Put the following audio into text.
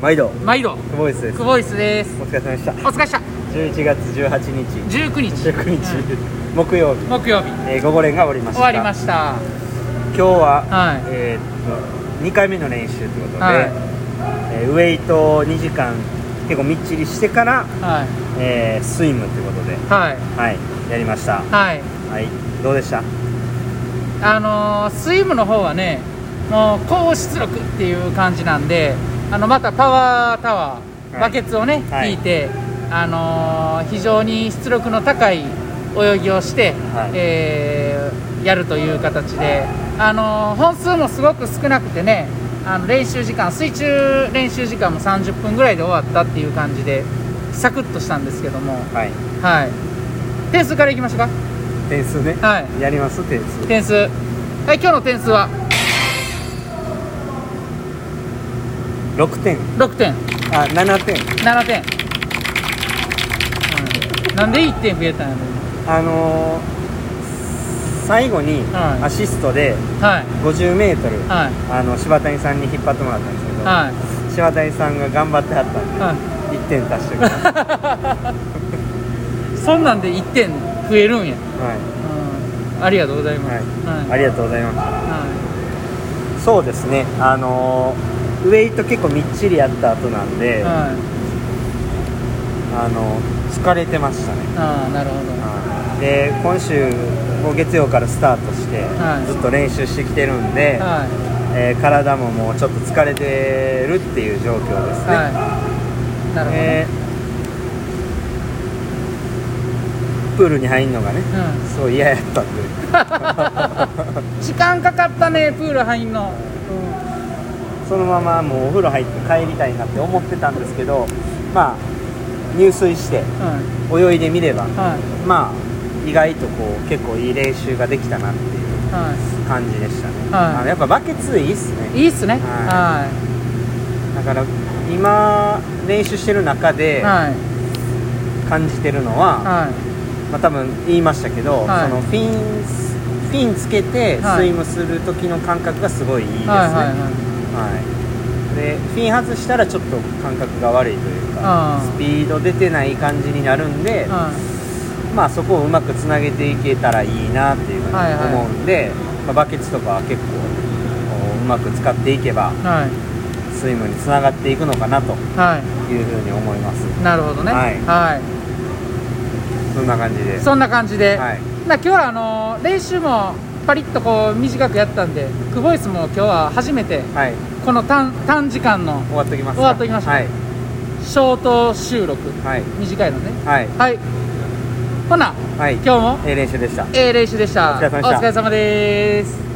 毎度毎度久保井ですクボイスですお疲れ様でしたお疲れっした11月18日19日19日、木曜日、木曜日えー、午後練が終わりました終わりました今日は、はいえーっと2回目の練習ということで、はいえーウェイトを2時間結構みっちりしてから、はいえースイムということではいはいやりましたはいはいどうでしたあのースイムの方はねもう高出力っていう感じなんであのまたパワータワはーいバケツをね、はい引いて、あのー非常に出力の高い泳ぎをして、はいえーやるという形で、あのー本数もすごく少なくてねあの練習時間水中練習時間も30分ぐらいで終わったっていう感じでサクッとしたんですけどもはいはい点数からいきましょうか点数ね、はいやります点数点数はい今日の点数は6点6点あ7点7点、うん、なんで1点増えたんやろあのー最後にはいアシストではい 50m、はいあの柴谷さんに引っ張ってもらったんですけど、はい柴谷さんが頑張ってはったんで、は1点足してく れましたい そんなんで1点増えるんや、はうん、ありがとうございますはいい、はあいりがとうございますそうですねあのーウェイト結構みっちりやった後なんで、はいあの疲れてましたねああなるほどで今週もう月曜からスタートして、はいずっと練習してきてるんで、はえー体ももうちょっと疲れてるっていう状況ですいね、はいなるほど、えープールに入るのがねそう嫌やったんでうん、時間かかったねプール入んの、そのままもうお風呂入って帰りたいなって思ってたんですけどまあ入水してうんはい泳いでみればはいまあ意外とこう結構いい練習ができたなっていうは感じでしたね、はいあのやっぱバケツいいっすねいいいっすねははだから今練習してる中いではい感じてるのは、はいまあ、多分言いましたけど、はいそのフィンスフィンつけてはスいイムする時の感覚がすごいいいですね、はいはいはいはいでフィン外したらちょっと感覚が悪いというかあースピード出てない感じになるんで、はまあ、そこをうまくつなげていけたらいいなっていうふうにはいはい思うんで、まあバケツとかは結構こううまく使っていけばいはいスイムにつながっていくのかなとはいいうふうに思いますなるほどねはいはそんな感じでいそんな感じで、はいな今日はあのー練習もパリッとこう短くやったんでクボイスも今日は初めてはい、この短短時間の終わっときますか終わっときましょうはいショート収録はい短いのねはいはいほなはい今日もええ練習でしたええ練習でしたお疲れ様でしたお疲れ様です